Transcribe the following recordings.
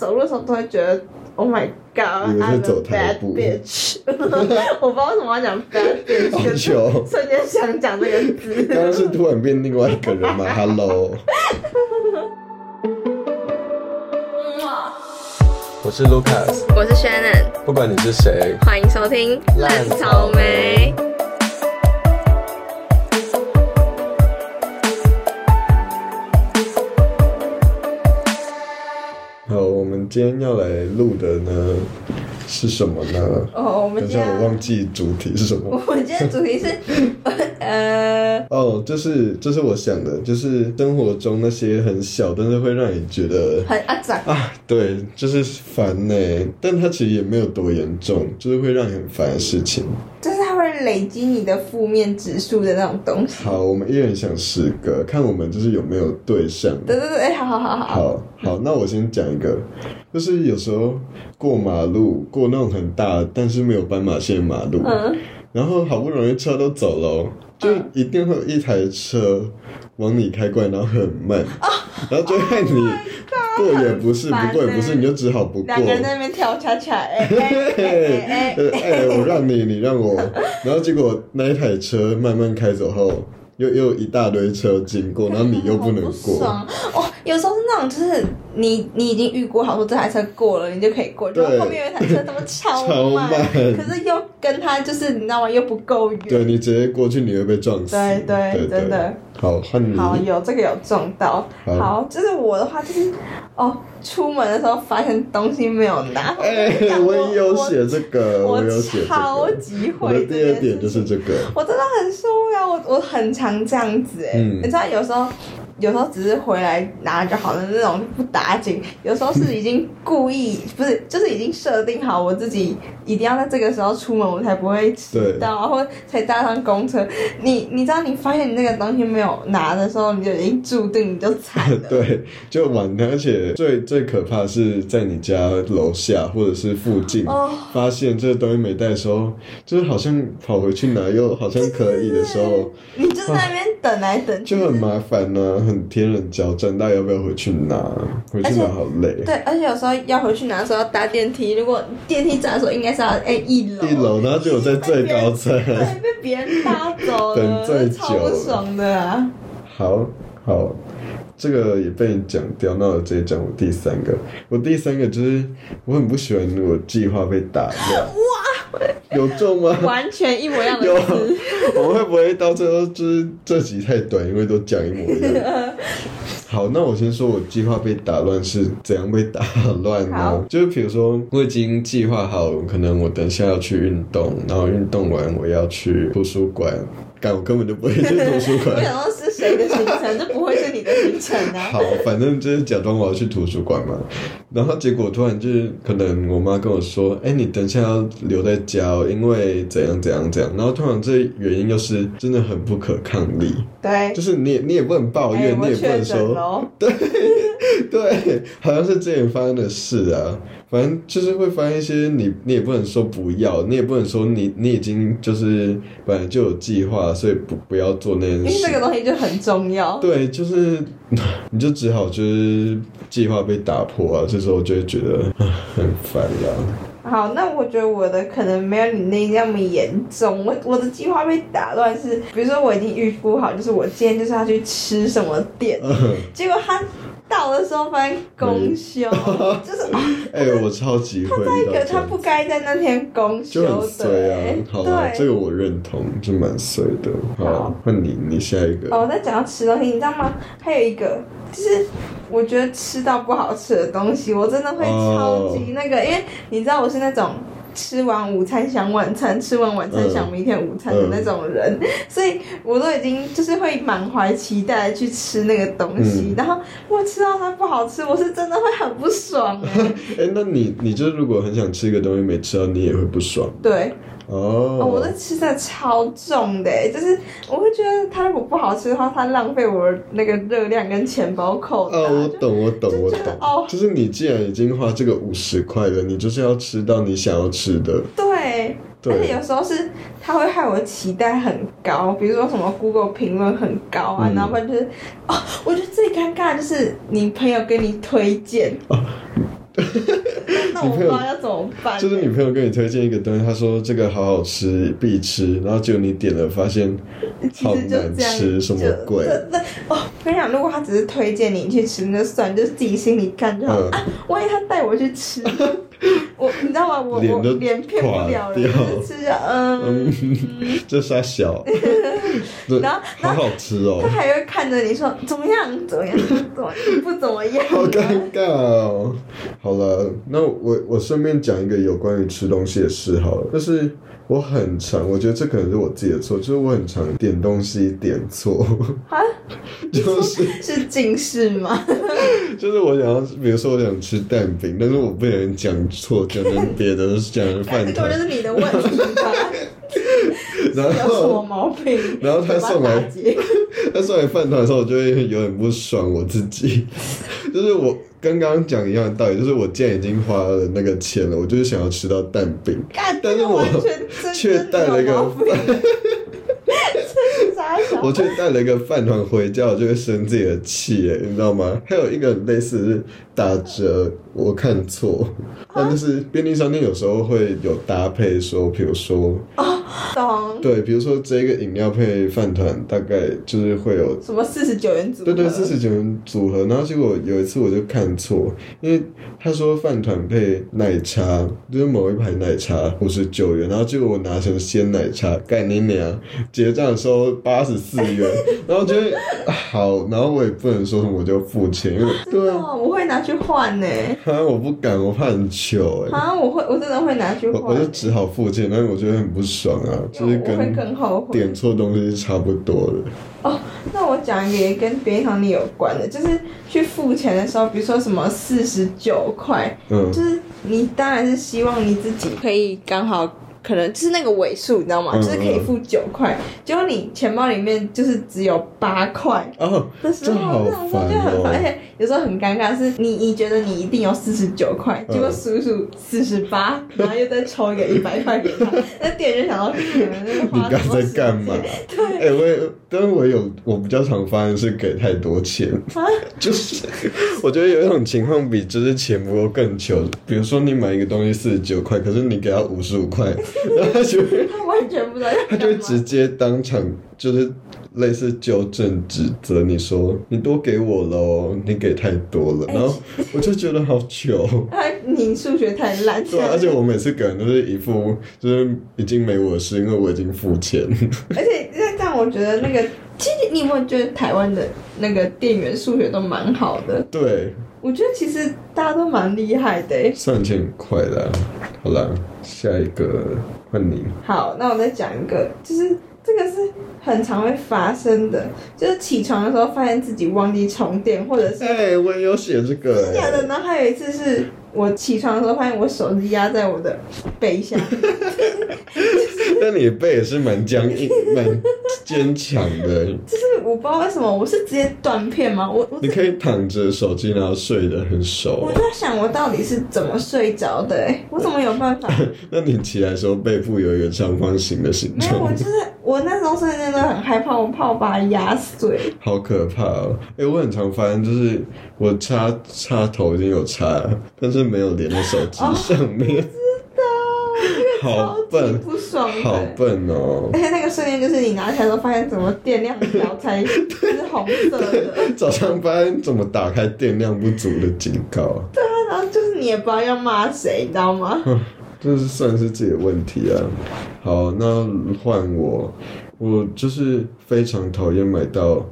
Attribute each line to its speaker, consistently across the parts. Speaker 1: 走路的时候都会觉得 Oh my
Speaker 2: 以
Speaker 1: God，
Speaker 2: 为
Speaker 1: I'm
Speaker 2: 是
Speaker 1: a
Speaker 2: 走台
Speaker 1: bad
Speaker 2: 步
Speaker 1: bitch。我不 知道为什么要讲 bad bitch，
Speaker 2: 好
Speaker 1: 就是
Speaker 2: 糗。
Speaker 1: 瞬间想讲这个字。
Speaker 2: 刚刚是突然变另外一个人吗？Hello，
Speaker 3: 我是 Lucas，
Speaker 4: 我是 Shannon，
Speaker 3: 不管你是谁，
Speaker 4: 欢迎收听《
Speaker 3: 烂
Speaker 4: 烂
Speaker 3: 草
Speaker 4: 草
Speaker 3: 莓
Speaker 4: 莓》。
Speaker 2: 好，我们今天要来录的呢是什么呢？
Speaker 1: 哦，我们
Speaker 2: 等一
Speaker 1: 今
Speaker 2: 下，
Speaker 1: 天
Speaker 2: 我忘记主题是什
Speaker 1: 我
Speaker 2: 么。
Speaker 1: 们今天主题是 呃，
Speaker 2: 哦，就是这是我想的，就是生活中那些很小，但是会让你觉得
Speaker 1: 很阿杂，
Speaker 2: 啊，对，就是烦呢、但它其实也没有多严重，就是会让你很烦的事情。
Speaker 1: 就是它会累积你的负面指数的那种东西。
Speaker 2: 好，我们一人想十个，看我们就是有没有对象。
Speaker 1: 对对对，哎好好好好。
Speaker 2: 好好，那我先讲一个，就是有时候过马路，过那种很大但是没有斑马线的马路，
Speaker 1: 嗯，
Speaker 2: 然后好不容易车都走了哦，就一定会有一台车往你开过来，然后很慢，
Speaker 1: 哦
Speaker 2: 然后就害你过也不是，
Speaker 1: ，Oh 很烦
Speaker 2: 不过也不是，
Speaker 1: 欸
Speaker 2: 你就只好不过
Speaker 1: 两。个人在那边跳恰恰，哎哎哎哎
Speaker 2: 呃哎，我让你，你让我，然后结果那一台车慢慢开走后，又又一大堆车经过，然后你又不能
Speaker 1: 好
Speaker 2: 过。
Speaker 1: 爽哦，有时候是那种，就是你你已经预估好说这台车过了，你就可以过，
Speaker 2: 对
Speaker 1: 然后后面有一台车 他妈超
Speaker 2: 超慢
Speaker 1: 可是又跟他就是你知道吗？又不够远。
Speaker 2: 对你直接过去，你会被撞死。
Speaker 1: 对对
Speaker 2: 对
Speaker 1: 真的。
Speaker 2: 好，换你。
Speaker 1: 好，有这个有中到。
Speaker 2: 好
Speaker 1: 好，就是我的话就是，哦，出门的时候发现东西没有拿。
Speaker 2: 哎、我也有写这个，
Speaker 1: 我
Speaker 2: 我有写这
Speaker 1: 超
Speaker 2: 个。
Speaker 1: 级
Speaker 2: 我的
Speaker 1: 会这
Speaker 2: 第
Speaker 1: 件
Speaker 2: 二
Speaker 1: 事
Speaker 2: 点就是
Speaker 1: 情
Speaker 2: 这个，
Speaker 1: 我真的很受不了，我我很常这样子哎、
Speaker 2: 嗯
Speaker 1: 你知道有时候有时候只是回来拿就好了那种不打紧，有时候是已经故意不是就是已经设定好我自己一定要在这个时候出门，我才不会迟到啊，或才搭上公车。你你知道你发现你那个东西没有拿的时候，你就已经注定你就惨了。
Speaker 2: 对，就晚了，而且最最可怕的是在你家楼下或者是附近、
Speaker 1: 哦
Speaker 2: 发现这东西没带的时候，就是好像跑回去拿又好像可以的时候，
Speaker 1: 你就在那边等来等去，
Speaker 2: 就很麻烦呢、很天人交战。到底要不要回去拿？回去拿好累。
Speaker 1: 对，而且有时候要回去拿的时候要搭电梯，如果电梯站的时候应该是要哎、一楼，
Speaker 2: 一楼，然后就有在最高层。
Speaker 1: 对，被别人搭走了，
Speaker 2: 等最
Speaker 1: 超不爽的啊！
Speaker 2: 好好，这个也被你讲掉，那我直接讲我第三个。我第三个就是我很不喜欢我计划被打乱。哇，有中吗？
Speaker 1: 完全一模一样
Speaker 2: 有
Speaker 1: 的词，，
Speaker 2: 我会不会到最后就是这集太短，因为都讲一模一样？好，那我先说我计划被打乱是怎样被打乱呢
Speaker 1: 好？
Speaker 2: 就是比如说，我已经计划好，可能我等一下要去运动，然后运动完我要去图书馆，但我根本就不会去图书馆
Speaker 1: 我。想说是谁的行程，这不会是你的行程啊！
Speaker 2: 好，反正就是假装我要去图书馆嘛，然后结果突然就是可能我妈跟我说，哎、你等一下要留在家、哦，因为怎样怎样怎样，然后通常这原因又是真的很不可抗力，
Speaker 1: 对
Speaker 2: 就，是你也你也不能抱
Speaker 1: 哎
Speaker 2: 怨，，你
Speaker 1: 我
Speaker 2: 也不
Speaker 1: 确
Speaker 2: 能
Speaker 1: 诊
Speaker 2: 说，
Speaker 1: 喽，
Speaker 2: 对，好像是之前发生的事啊，反正就是会发生一些你你也不能说不要，你也不能说你你已经就是本来就有计划，所以不不要做那件
Speaker 1: 因
Speaker 2: 事，
Speaker 1: 为这个东西就很重要。
Speaker 2: 对，就是你就只好就是计划被打破啊，这时候就会觉得啊很烦啊啦。
Speaker 1: 好，那我觉得我的可能没有你那那么严重。我我的计划被打乱是，比如说我已经预估好，就是我今天就是要去吃什么店，
Speaker 2: 嗯
Speaker 1: 结果他到的时候发现公休，就是啊
Speaker 2: 哎、我超级会遇
Speaker 1: 一
Speaker 2: 到
Speaker 1: 个
Speaker 2: 这
Speaker 1: 他
Speaker 2: 样
Speaker 1: 不该在那天公休
Speaker 2: 就
Speaker 1: 的、
Speaker 2: 很衰啊
Speaker 1: 欸。
Speaker 2: 好啦，
Speaker 1: 对，
Speaker 2: 这个我认同，就蛮衰的。好
Speaker 1: 好，
Speaker 2: 换你，你下一个。
Speaker 1: 哦，我在讲到吃东西，你知道吗？还有一个就是，我觉得吃到不好吃的东西，我真的会
Speaker 2: 哦
Speaker 1: 超级那个因为你知道我是那种吃完午餐想晚餐，吃完晚餐想明天午餐的那种人，
Speaker 2: 嗯
Speaker 1: 所以我都已经就是会满怀期待地去吃那个东西，
Speaker 2: 嗯
Speaker 1: 然后我吃到它不好吃，我是真的会很不爽哎、
Speaker 2: 哎、那你你就是如果很想吃一个东西没吃到，你也会不爽
Speaker 1: 对，
Speaker 2: 哦。
Speaker 1: 哦，我的吃的超重的欸，就是我会觉得它如果不好吃的话，它浪费我的那个热量跟钱包扣打。啊
Speaker 2: 哦，我懂，我懂，我
Speaker 1: 就觉得哦
Speaker 2: 懂。就是你既然已经花这个五十块了，你就是要吃到你想要吃的。
Speaker 1: 对，而且
Speaker 2: 对，
Speaker 1: 有时候是它会害我期待很高，比如说什么 Google 评论很高啊，
Speaker 2: 嗯
Speaker 1: 然后不然就是哦，我觉得最尴尬的就是你朋友跟你推荐， 那我不
Speaker 2: 朋
Speaker 1: 知
Speaker 2: 友
Speaker 1: 道要怎么办。
Speaker 2: 就是女朋友跟你推荐一个东西，她说这个好好吃，必吃，然后结果你点了，发现
Speaker 1: 其
Speaker 2: 好
Speaker 1: 实就
Speaker 2: 难
Speaker 1: 这样
Speaker 2: 吃，什么
Speaker 1: 就
Speaker 2: 鬼？
Speaker 1: 这这哦，我跟你讲，如果他只是推荐你去吃，那就算，就是自己心里看就好。
Speaker 2: 嗯
Speaker 1: 啊，万一他带我去吃，我你知道吗？我
Speaker 2: 脸
Speaker 1: 我
Speaker 2: 都
Speaker 1: 脸骗不了
Speaker 2: 垮
Speaker 1: 了，
Speaker 2: 掉
Speaker 1: 就是吃着嗯，
Speaker 2: 这傻 小，对
Speaker 1: 然后
Speaker 2: 好好吃哦
Speaker 1: 他，还会看着你说怎么样，怎么样，怎么不怎么样。
Speaker 2: 好尴尬哦。好了，那我我顺便讲一个有关于吃东西的事好了，就是我很常，我觉得这可能是我自己的错，就是我很常点东西点错，
Speaker 1: 啊，
Speaker 2: 就是
Speaker 1: 是近视吗？
Speaker 2: 就是我想要，比如说我想吃蛋饼，但是我不能讲错，讲成别的，讲 成 饭
Speaker 1: 这根
Speaker 2: 团
Speaker 1: 本就，是你的问题吧？有
Speaker 2: 然
Speaker 1: 什么
Speaker 2: 后。
Speaker 1: 毛病？
Speaker 2: 然后他送来
Speaker 1: 嘴巴打结
Speaker 2: 他送来饭团的时候，我就会有点不爽我自己， 就是我跟刚刚讲一样的道理，就是我既然已经花了那个钱了，我就是想要吃到蛋饼，
Speaker 1: 干
Speaker 2: 但是我
Speaker 1: 这个完全真
Speaker 2: 却带了一个
Speaker 1: 真的有毛病这是傻小
Speaker 2: 我却带了一个饭团回家，我就会生自己的气，哎你知道吗？还有一个类似是打折，我看错，但就是便利商店有时候会有搭配说，比如说
Speaker 1: 懂
Speaker 2: 对，比如说这个饮料配饭团，大概就是会有。
Speaker 1: 什么四十九元组合？
Speaker 2: 对对，四十九人组合，然后结果有一次我就看错，因为他说饭团配奶茶，就是某一排奶茶五十九元，然后结果我拿成鲜奶茶，干你娘！结账的时候八十四元， 然后觉得啊好，然后我也不能说什么，我就付钱，因为对啊，
Speaker 1: 哦，我会拿去换呢、
Speaker 2: 啊我不敢，我怕很糗哎、
Speaker 1: 啊，我会，我真的会拿去
Speaker 2: 我我
Speaker 1: 换
Speaker 2: 就。只好付钱，但是我觉得很不爽啊，就是
Speaker 1: 我会
Speaker 2: 跟
Speaker 1: 更后悔
Speaker 2: 点错东西是差不多的。
Speaker 1: 哦，那我讲一个也跟便利商店有关的，就是去付钱的时候，比如说什么四十九块，
Speaker 2: 嗯
Speaker 1: 就是你当然是希望你自己可以刚好。可能就是那个尾数，你知道吗？
Speaker 2: 嗯
Speaker 1: 就是可以付九块，结果你钱包里面就是只有八块，
Speaker 2: 哦，
Speaker 1: 的时
Speaker 2: 这好
Speaker 1: 候，那种时候
Speaker 2: 烦
Speaker 1: 就很烦，而
Speaker 2: 哦。
Speaker 1: 且有时候很尴尬，是你你觉得你一定有四十九块，
Speaker 2: 嗯
Speaker 1: 结果数一数四十八，然后又再抽一个一百块给 他，那店员就想到你们在
Speaker 2: 你
Speaker 1: 花
Speaker 2: 刚才
Speaker 1: 多少
Speaker 2: 干嘛？哎、我也，但是我有，我比较常发现是给太多钱，就是我觉得有一种情况比就是钱不够更糗。比如说你买一个东西四十九块，可是你给他五十五块，然后他就会
Speaker 1: 他完全不知道
Speaker 2: 他
Speaker 1: 要
Speaker 2: 就会
Speaker 1: 干
Speaker 2: 直
Speaker 1: 嘛。
Speaker 2: 接当场就是类似纠正指责你说你多给我喽，你给太多了，然后我就觉得好糗。
Speaker 1: 他你数学太烂，
Speaker 2: 对啊，而且我每次给人都是一副就是已经没我的事，因为我已经付钱。
Speaker 1: 而且那但我觉得那个，其实你有没有觉得台湾的那个店员数学都蛮好的？
Speaker 2: 对，
Speaker 1: 我觉得其实大家都蛮厉害的欸、
Speaker 2: 算钱很快啦。好啦，下一个换你。
Speaker 1: 好，那我再讲一个，就是这个是很常会发生的，就是起床的时候发现自己忘记充电，或者是
Speaker 2: 哎、我也有写这个、
Speaker 1: 假的。
Speaker 2: 欸。
Speaker 1: 然后还有一次是我起床的时候发现我手机压在我的背 下，
Speaker 2: 但你背也是蛮僵硬、 蛮坚强的。
Speaker 1: 就是我不知道为什么，我是直接断片吗？我我
Speaker 2: 你可以躺着手机，然后睡得很熟啊
Speaker 1: 我。在想我到底是怎么睡着的、欸？我怎么有办 法？
Speaker 2: 那你起来的时候，背部有一个长方形的形
Speaker 1: 没有，我
Speaker 2: 状
Speaker 1: 就，是我那时候瞬间都很害怕，我怕我把它压碎。
Speaker 2: 好可怕哦！哎、我很常发现，就是我插插头已经有插了，但是没有连到手
Speaker 1: 哦
Speaker 2: 机上面，好
Speaker 1: 超级
Speaker 2: 笨，
Speaker 1: 不爽的，
Speaker 2: 好笨哦！
Speaker 1: 而且那个瞬间就是你拿起来的时候，发现怎么电量表 才是红色的，
Speaker 2: 早上班怎么打开电量不足的警告？啊
Speaker 1: 啊然后就是你也不知道要骂谁，你知道 吗？
Speaker 2: 这是算是自己的问题啊。好，那换我，我就是非常讨厌买到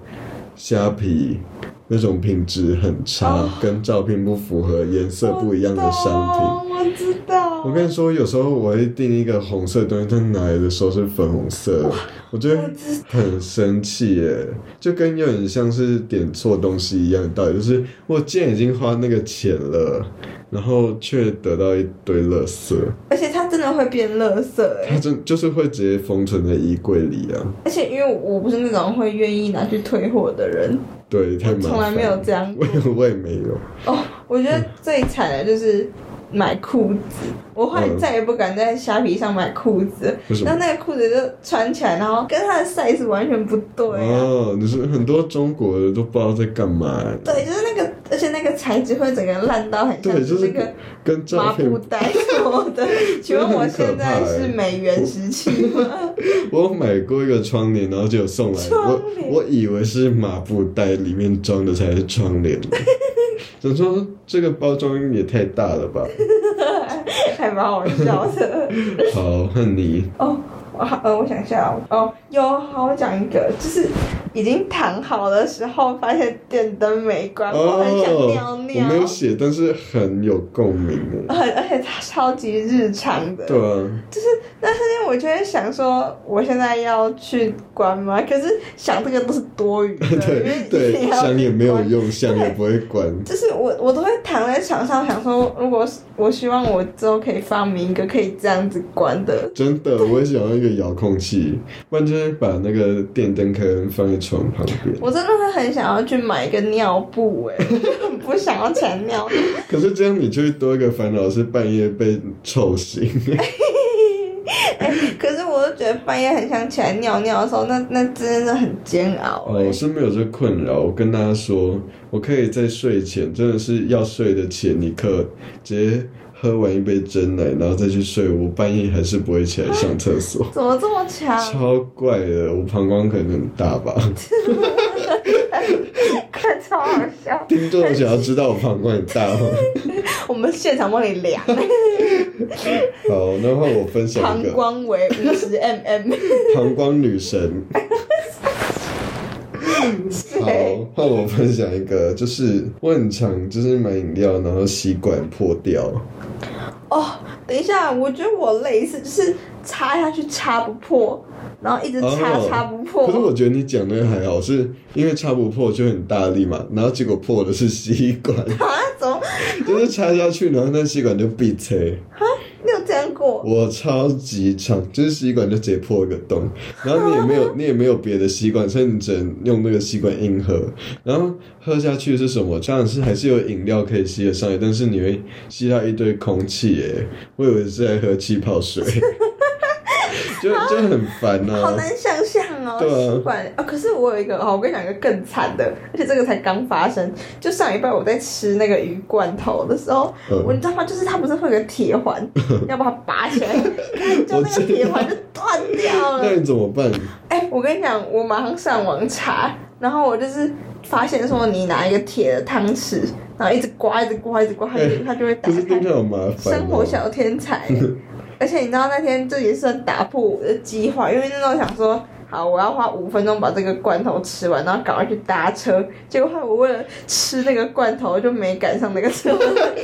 Speaker 2: 虾皮那种品质很差、
Speaker 1: 哦
Speaker 2: 跟照片不符合、颜色不一样的商品。
Speaker 1: 我懂，我知道。
Speaker 2: 我跟你说，有时候我会订一个红色的东西，但拿来的时候是粉红色的，我觉得很生气耶，就跟有点像是点错东西一样的道理，就是我既然已经花那个钱了，然后却得到一堆垃圾，
Speaker 1: 而且它真的会变垃圾哎、
Speaker 2: 它真就是会直接封存在衣柜里啊，
Speaker 1: 而且因为我不是那种会愿意拿去退货的人，
Speaker 2: 对，太麻烦了，
Speaker 1: 从来没有这样
Speaker 2: 我
Speaker 1: 过
Speaker 2: 也我也没有，
Speaker 1: 哦，我觉得最惨的就是。买裤子，我后来
Speaker 2: 嗯
Speaker 1: 再也不敢在虾皮上买裤子
Speaker 2: 为什，么
Speaker 1: 然后那个裤子就穿起来，然后跟它的 size 完全不对啊。
Speaker 2: 哦哦，你是很多中国人都不知道在干嘛耶、
Speaker 1: 对，就是那个，而而且那个材质会整个烂到很像
Speaker 2: 对，就是
Speaker 1: 那个
Speaker 2: 跟照
Speaker 1: 麻
Speaker 2: 片
Speaker 1: 布袋什么 的。请问我现在
Speaker 2: 欸
Speaker 1: 是美元时期吗？
Speaker 2: 我买过一个窗帘，然后就有送来，
Speaker 1: 窗
Speaker 2: 我
Speaker 1: 帘
Speaker 2: 我以为是麻布袋里面装的才是窗帘， 想说这个包装也太大了吧。
Speaker 1: 还蛮好笑的。
Speaker 2: 好，恨你，
Speaker 1: 哦，我好呃，我想一下哦，哦，有好，我讲一个，就是已经躺好的时候，发现电灯没关， 我很想尿
Speaker 2: 哦，我没有
Speaker 1: 尿。
Speaker 2: 写，但是很有共鸣诶。
Speaker 1: 很而且它超级日常的，
Speaker 2: 对啊，
Speaker 1: 但是因为我就会想说，我现在要去关吗？可是想这个都是多余的，
Speaker 2: 对
Speaker 1: 因为一定
Speaker 2: 对，
Speaker 1: 要
Speaker 2: 想也没有
Speaker 1: 关
Speaker 2: 用，想也不会管。
Speaker 1: 就是我我都会躺在床上想说，如果是我希望我之后可以发明一个可以这样子关的，
Speaker 2: 真的，我也想要一个遥控器，不然就是把那个电灯可能放在床旁 边。
Speaker 1: 我真的会很想要去买一个尿布哎、 我就很不想要缠尿。
Speaker 2: 可是这样你就会多一个烦恼，是半夜被臭 醒。
Speaker 1: 可是我就觉得半夜很想起来尿尿的时候，那那真的很煎熬
Speaker 2: 哦，
Speaker 1: 哎、，
Speaker 2: 我是没有这困扰。我跟大家说，我可以在睡前，真的是要睡的前一刻，直接喝完一杯真奶，然后再去睡。我半夜还是不会起来上厕所
Speaker 1: 怎么这么强？
Speaker 2: 超怪的。我膀胱可能很大吧？
Speaker 1: 看超好 笑，
Speaker 2: 听众想要知道我膀胱很大吗？
Speaker 1: 我们现场帮你量
Speaker 2: 好，那换我分享
Speaker 1: 膀
Speaker 2: 一个
Speaker 1: 胱为五十 mm，
Speaker 2: 膀胱女神。好
Speaker 1: 对，，
Speaker 2: 换我分享一个，就是我很常就是买饮料，然后吸管破掉。
Speaker 1: 哦，等一下，我觉得我类似就是插下去插不破，然后一直插
Speaker 2: 哦
Speaker 1: 插不破。
Speaker 2: 可是我觉得你讲那个还好，是因为插不破就很大力嘛，然后结果破的是吸管，
Speaker 1: 啊，怎么
Speaker 2: 就是插下去，然后那吸管就闭塞。
Speaker 1: 你有这样过？
Speaker 2: 我超级长，就是吸管就直接破一个洞，然后你也没 有你也没有别的吸管，所以你只能用那个吸管硬喝。然后喝下去是什么？当然是还是有饮料可以吸得上来，但是你会吸到一堆空气耶，我以为是在喝气 泡水，就就很烦啊呐、
Speaker 1: 好难想象哦，
Speaker 2: 对啊
Speaker 1: 吸管啊、可是我有一个哦，我跟你讲一个更惨的，而且这个才刚发生。就上礼拜我在吃那个鱼罐头的时候，
Speaker 2: 嗯
Speaker 1: 我你知道吗？就是它不是会有个铁 环，要把它拔起来，就那个铁环就断掉了。
Speaker 2: 那你怎么办？
Speaker 1: 哎、我跟你讲，我马上上网查，然后我就是发现说，你拿一个铁的汤匙，然后一直刮，一直刮，一直刮，它就
Speaker 2: 哎
Speaker 1: 它就会打
Speaker 2: 可是听起
Speaker 1: 开。
Speaker 2: 来好麻烦、哦。
Speaker 1: 生活小天 才，而且你知道那天这也算打破我的计划，因为那时候想说。好，我要花五分钟把这个罐头吃完，然后赶快去搭车。结果后来我为了吃那个罐头，就没赶上那个车。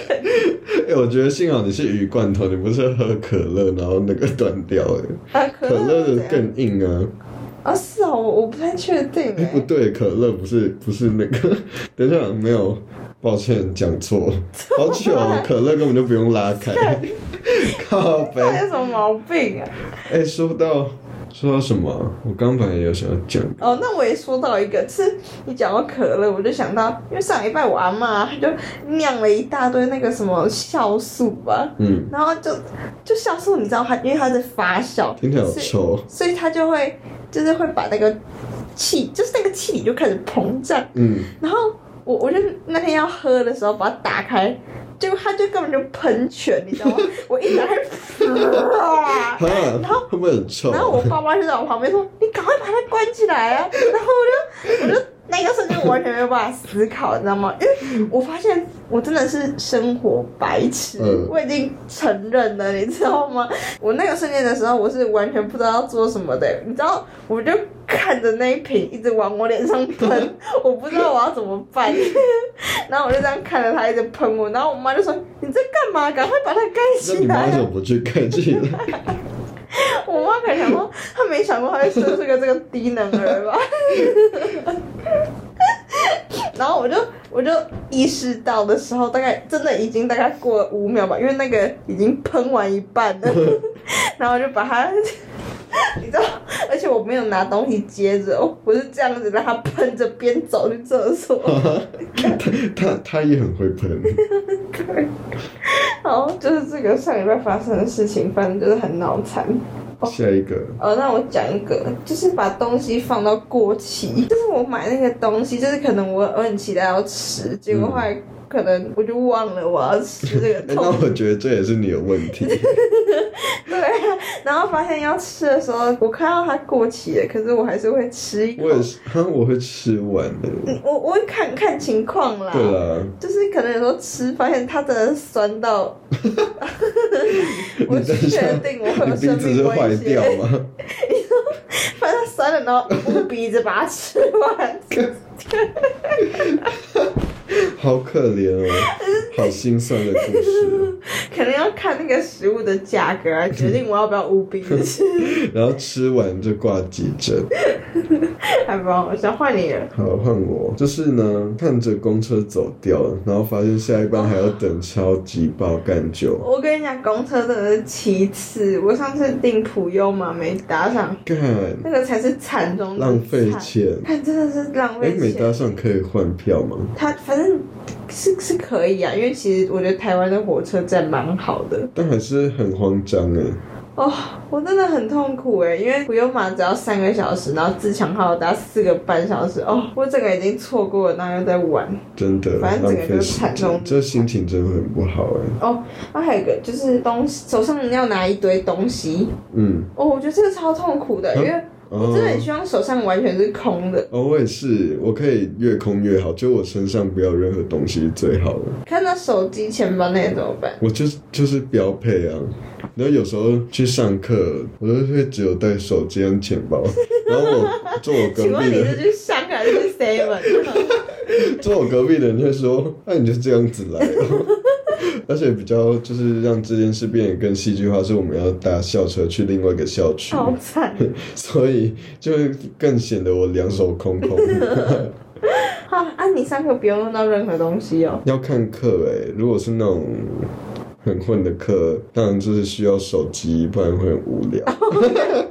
Speaker 2: 哎、我觉得幸好你是鱼罐头，你不是喝可乐然后那个断掉哎，
Speaker 1: 啊，可
Speaker 2: 可乐
Speaker 1: 乐
Speaker 2: 的
Speaker 1: 怎样？
Speaker 2: 更硬啊。
Speaker 1: 啊，是哦，我我不太确定
Speaker 2: 哎、
Speaker 1: 哎、
Speaker 2: 不对，可乐不是不是那个，等一下没有，抱歉讲错，好糗哦，可乐根本就不用拉 开，靠背。
Speaker 1: 到底有什么毛病啊？
Speaker 2: 哎、说到说到什么啊，我刚本来有想要讲，
Speaker 1: 哦，那我也说到一个，是你讲到可乐，我就想到，因为上礼拜我阿妈就酿了一大堆那个什么酵素吧，
Speaker 2: 嗯，
Speaker 1: 然后就就酵素，你知道它，因为它在发酵，
Speaker 2: 听起来好
Speaker 1: 所以
Speaker 2: 臭，哦
Speaker 1: 所以它就会就是会把那个气，就是那个气体就开始膨胀，
Speaker 2: 嗯，
Speaker 1: 然后我我就那天要喝的时候把它打开，结果它就根本就喷泉，你知道 吗？我一打开，哇
Speaker 2: 哈，会不会很臭？
Speaker 1: 哎然后我爸妈就在我旁边说：“你赶快把它关起来 啊！”然后我就我就那个瞬间我完全没有办法思考，你知道吗？因为我发现我真的是生活白痴，
Speaker 2: 嗯
Speaker 1: 我已经承认了，你知道吗？ 我那个瞬间的时候，我是完全不知道要做什么的，你知道，我就看着那一瓶一直往我脸上
Speaker 2: 嗯
Speaker 1: 喷， 我不知道我要怎么办。 然后我就这样看着它一直喷我，然后我妈就说：“你在干嘛？赶快把它盖
Speaker 2: 那
Speaker 1: 起
Speaker 2: 你
Speaker 1: 来、
Speaker 2: 妈
Speaker 1: 啊
Speaker 2: 为！”什么不去看起 来？
Speaker 1: 我妈可能想说，她没想过她会生出个这个低能儿吧。 然后我就我就意识到的时候，大概真的已经大概过了五秒吧，因为那个已经喷完一半了，然后我就把它你知道，而且我没有拿东西接着，我是这样子让他喷着边走去厕所。
Speaker 2: 他他也很会喷，
Speaker 1: 好，就是这个上礼拜发生的事情，反正就是很脑残。
Speaker 2: 下一个
Speaker 1: 哦，那我讲一个，就是把东西放到过期，就是我买那个东西，就是可能我我很期待要吃，结果后来可能我就忘了我要吃这个
Speaker 2: 哎
Speaker 1: 东
Speaker 2: 嗯 那
Speaker 1: 西，
Speaker 2: 我觉得这也是你的问题。
Speaker 1: 哦对 啊，然后发现要吃的时候，我看到它过期了，可是我还是会吃一口
Speaker 2: 我。也是，哈，我会吃完的。
Speaker 1: 嗯我我会看看情况啦，
Speaker 2: 对啊啦，
Speaker 1: 就是可能有时候吃发现它真的酸 到，我
Speaker 2: 你等一下
Speaker 1: 确定我会
Speaker 2: 你
Speaker 1: 有
Speaker 2: 鼻
Speaker 1: 生
Speaker 2: 子
Speaker 1: 命
Speaker 2: 是坏
Speaker 1: 危
Speaker 2: 掉
Speaker 1: 险，
Speaker 2: 吗？
Speaker 1: 反正它酸了，然后捂鼻子把它吃完。
Speaker 2: 好可怜哦， 好心酸的故事。
Speaker 1: 可能要看那个食物的价格 来决定我要不要无鼻子，
Speaker 2: 然后吃完就挂急诊。
Speaker 1: 还不好笑。换你了，
Speaker 2: 好，换我。就是呢，看着公车走掉了，然后发现下一班还要等超级爆干久。
Speaker 1: 我跟你讲，公车真的是其次。我上次订普悠嘛没搭上，
Speaker 2: 干，
Speaker 1: 那个才是惨中的
Speaker 2: 浪费
Speaker 1: 惨。
Speaker 2: 钱。
Speaker 1: 看，真的是浪
Speaker 2: 哎、
Speaker 1: 费
Speaker 2: 每
Speaker 1: 钱。
Speaker 2: 搭上可以换票吗？
Speaker 1: 它反正是是可以啊，因为其实我觉得台湾的火车站蛮好的
Speaker 2: 但还是很慌张哎。
Speaker 1: 哦。我真的很痛苦哎，因为普悠玛只要三个小时，然后自强号搭四个半小时哦，我整个已经错过了，然后又在玩。
Speaker 2: 真的
Speaker 1: 反正
Speaker 2: 浪
Speaker 1: 整个
Speaker 2: 费
Speaker 1: 就
Speaker 2: 时
Speaker 1: 惨
Speaker 2: 间
Speaker 1: 中，
Speaker 2: 这心情真的很不好哎。
Speaker 1: 哦，那还有一个就是东西手上要拿一堆东西，
Speaker 2: 嗯，
Speaker 1: 哦，我觉得这个超痛苦的，
Speaker 2: 嗯
Speaker 1: 因为我
Speaker 2: 哦
Speaker 1: 真的很希望手上完全是空的，
Speaker 2: 哦，我也是，我可以越空越好，就我身上不要有任何东西最好了。
Speaker 1: 看到手机、钱包那些怎么办？
Speaker 2: 我就是就是标配啊。然后有时候去上课，我都会只有带手机跟钱包。然后我坐我隔
Speaker 1: 请问
Speaker 2: 壁
Speaker 1: 你是
Speaker 2: 的，
Speaker 1: 去香港还是去 Seven？
Speaker 2: 坐我隔壁的人就说：“那、你就这样子来、哦。” 而且比较就是让这件事变得更戏剧化，是我们要搭校车去另外一个校区，
Speaker 1: 超惨
Speaker 2: 所以就会更显得我两手 空空。
Speaker 1: 啊！啊，你上课不用用到任何东西哦。
Speaker 2: 要看课诶、如果是那种很混的课，当然就是需要手机，不然会很无聊。
Speaker 1: 哦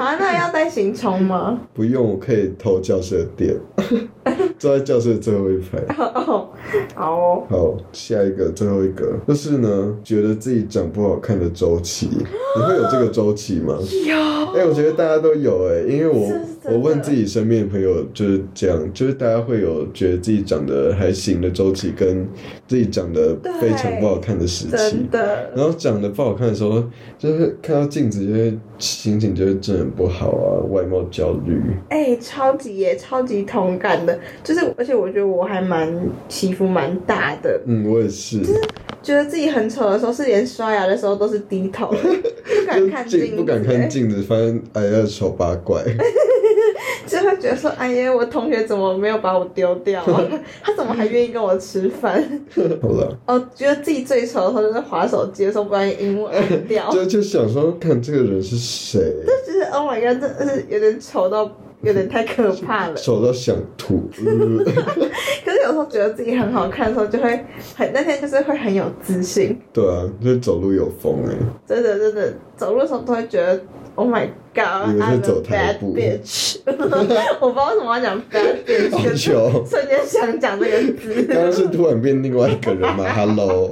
Speaker 1: 啊，那要带行充吗？
Speaker 2: 不用，我可以偷教室的 电，坐在教室的最后一排。
Speaker 1: 哦，好哦，
Speaker 2: 好，下一个，最后一个，就是呢，觉得自己长不好看的周 期，你会有这个周期吗？
Speaker 1: 有
Speaker 2: 哎、我觉得大家都有哎、因为我
Speaker 1: 这啊是真的
Speaker 2: 我问自己身边的朋友就是这样，就是大家会有觉得自己长得还行的周期，跟自己长得非常不好看的时期
Speaker 1: 真。的，
Speaker 2: 然后长得不好看的时候，就是看到镜子就会心情就会真的很不好啊，外貌焦虑。
Speaker 1: 哎、超级耶，超级同感的，就是，而且我觉得我还蛮起伏蛮大的，
Speaker 2: 嗯，我也是，
Speaker 1: 觉得自己很丑的时候，是连刷牙的时候都是低头 的，不敢看
Speaker 2: 就
Speaker 1: 镜
Speaker 2: 镜
Speaker 1: 子，
Speaker 2: 不敢看镜子，发现哎呀丑八怪。
Speaker 1: 就会觉得说，哎呀，我同学怎么没有把我丢掉 啊？他怎么还愿意跟我吃饭？
Speaker 2: 好了，
Speaker 1: 哦，觉得自己最丑的时候就是划手机的时候，不然英文按掉，就
Speaker 2: 就就想说看这个人是谁，
Speaker 1: 是 Oh my God，真的是有点丑到有点太可怕 了。
Speaker 2: 丑到想吐。 呃
Speaker 1: 可是有时候觉得自己很好看的时候，就会很那天就是会很有自信，
Speaker 2: 对啊，就是走路有风 哎、
Speaker 1: 真的真的走路的时候都会觉得 Oh my
Speaker 2: 以
Speaker 1: God，I'm
Speaker 2: 为是
Speaker 1: a
Speaker 2: 走台
Speaker 1: bad
Speaker 2: 步
Speaker 1: bitch，我不 知道为什么要讲 bad bitch，
Speaker 2: 好
Speaker 1: 就是
Speaker 2: 糗。
Speaker 1: 瞬间想讲这个字。
Speaker 2: 哦刚刚是突然变另外一个人吗？Hello，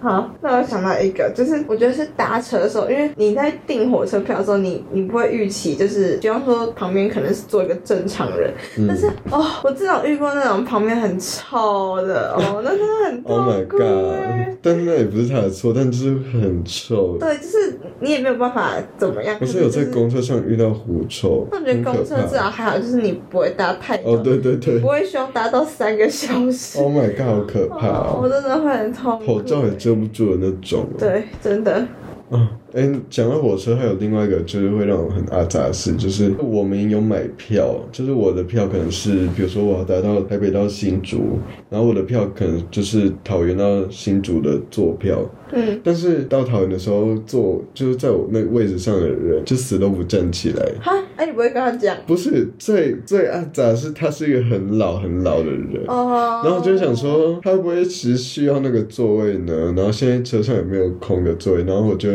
Speaker 1: 好，那我想到一个，就是我觉得是搭车的时候，因为你在订火车票的时候，你你不会预期，就是比方说旁边可能是坐一个正常人，
Speaker 2: 嗯
Speaker 1: 但是哦，我至少遇过那种旁边很臭的哦，那真的很
Speaker 2: Oh
Speaker 1: 痛
Speaker 2: my
Speaker 1: 苦、欸。
Speaker 2: god！但是那也不是他的错，但就是很臭。
Speaker 1: 对，就是你也没有办法怎么样。
Speaker 2: 我是有
Speaker 1: 可
Speaker 2: 在
Speaker 1: 是就是
Speaker 2: 公车上遇到狐臭，
Speaker 1: 那我觉得
Speaker 2: 很可
Speaker 1: 公车至少
Speaker 2: 怕。
Speaker 1: 还好，就是你不会搭太久，
Speaker 2: 哦，对对对
Speaker 1: 不会需要搭到三个小时。
Speaker 2: ，Oh my god，好 可怕
Speaker 1: 哦 我
Speaker 2: 哦！
Speaker 1: 真的会很痛苦。
Speaker 2: 口罩也遮不住的那种。。
Speaker 1: 对，真的。
Speaker 2: 啊，哎，讲到火车，还有另外一个就是会让我很阿杂的事，就是我们有买票，就是我的票可能是，比如说我要搭到台北到新竹，然后我的票可能就是桃园到新竹的坐票，
Speaker 1: 嗯，
Speaker 2: 但是到桃园的时候坐，就是在我那个位置上的人就死都不站起来。
Speaker 1: 哈，哎、你不会跟他讲
Speaker 2: 不是最最阿杂的是他是一个很老很老的人，
Speaker 1: 哦？
Speaker 2: 然后就想说，他会不会其实需要那个座位呢？然后现在车上有没有空的座位？然后我就会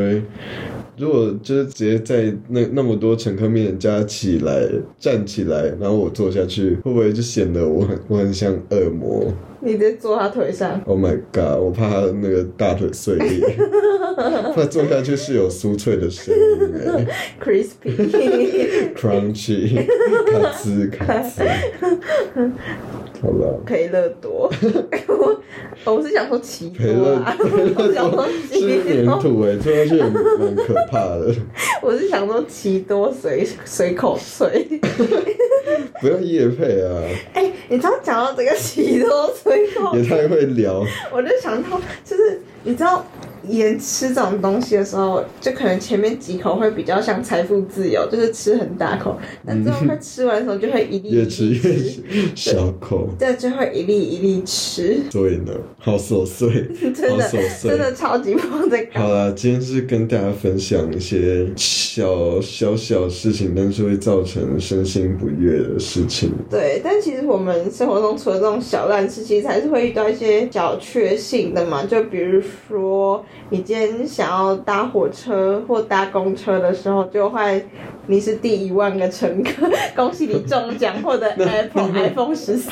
Speaker 2: 如果就是直接在那那么多乘客面前加起来站起来，然后我坐下去，会不会就显得我很我很像恶魔
Speaker 1: 你在坐他腿上，
Speaker 2: ？Oh my god！我怕他那个大腿碎裂， 怕坐下去是有酥脆的声音、欸。
Speaker 1: crispy，
Speaker 2: crunchy，卡兹卡兹。好了，
Speaker 1: 培乐多。 我我是想说奇
Speaker 2: 培
Speaker 1: 多
Speaker 2: 乐
Speaker 1: 啊，
Speaker 2: 培
Speaker 1: 我是想说
Speaker 2: 乐多 是
Speaker 1: 奇
Speaker 2: 粘
Speaker 1: 多，
Speaker 2: 土哎、欸，坐下去很蛮可怕的。
Speaker 1: 我是想说奇多随随口吹。
Speaker 2: 不要夜配啊，
Speaker 1: 哎、你知道讲到这个奇多随口
Speaker 2: 也太会聊。
Speaker 1: 我就想到，就是你知道，盐吃这种东西的时候，就可能前面几口会比较像财富自由，就是吃很大口，但最后快吃完的时候就会一粒一
Speaker 2: 嗯越
Speaker 1: 粒
Speaker 2: 吃越小口，
Speaker 1: 对，就会一粒一粒吃，
Speaker 2: 所以呢，好琐碎，
Speaker 1: 真
Speaker 2: 好
Speaker 1: 的
Speaker 2: 琐
Speaker 1: 真
Speaker 2: 碎。
Speaker 1: 的超级不知道在干
Speaker 2: 好
Speaker 1: 嘛。
Speaker 2: 啦，今天是跟大家分享一些小小小事情，但是会造成身心不悦的事情。
Speaker 1: 对，但其实我们生活中除了这种小烂事，其实还是会遇到一些小确幸的嘛。就比如说，你今天想要搭火车或搭公车的时候，就会你是第一万个乘客，恭喜你中奖获得 Apple iPhone 十四。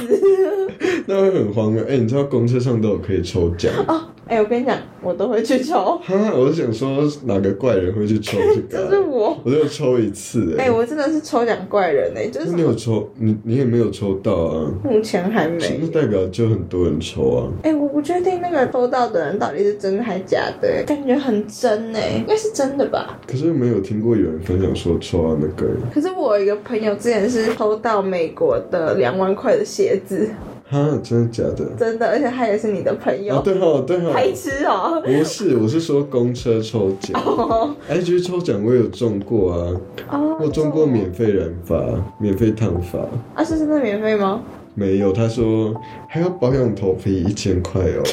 Speaker 2: 那会很荒谬。哎、你知道公车上都有可以抽奖
Speaker 1: 哦，哎、我跟你讲，我都会去抽，
Speaker 2: 哈，我是想说哪个怪人会去抽
Speaker 1: 这
Speaker 2: 这
Speaker 1: 是
Speaker 2: 个啊、
Speaker 1: 我。
Speaker 2: 我就抽一次哎、
Speaker 1: 哎、我真的是抽奖怪人哎、就
Speaker 2: 那
Speaker 1: 是
Speaker 2: 你有抽，你你也没有抽到啊，
Speaker 1: 目前还没
Speaker 2: 那代表就很多人抽啊。
Speaker 1: 哎、我不确定那个抽到的人到底是真还假的、欸，感觉很真哎、应该是真的吧。
Speaker 2: 可是没有听过有人分享说抽到那个
Speaker 1: 可是我有一个朋友之前是抽到美国的两万块的鞋子，
Speaker 2: 哈，真的假的？
Speaker 1: 真的，而且他也是你的朋友，
Speaker 2: 啊，对哦，对哦，
Speaker 1: 白痴 哦、
Speaker 2: 不是，我是说公车抽奖，IG 抽奖我有中过啊，
Speaker 1: 哦，
Speaker 2: 我中过免费染发、免费烫发，
Speaker 1: 啊，是真的免费吗？
Speaker 2: 没有，他说还要保养头皮一千块哦。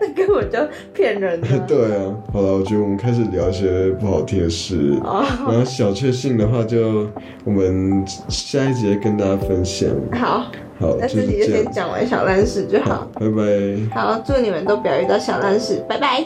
Speaker 1: 那根本就骗人的。
Speaker 2: 对啊，好了，我觉得我们开始聊一些不好听的事。
Speaker 1: 哦
Speaker 2: 然后小确幸的话就，我们下一节跟大家分享。
Speaker 1: 好，
Speaker 2: 好，
Speaker 1: 那
Speaker 2: 就
Speaker 1: 这
Speaker 2: 是
Speaker 1: 集就
Speaker 2: 这
Speaker 1: 先
Speaker 2: 样。
Speaker 1: 讲完小烂事就好
Speaker 2: 好。，拜拜。
Speaker 1: 好，祝你们都不要遇到小烂事，拜拜。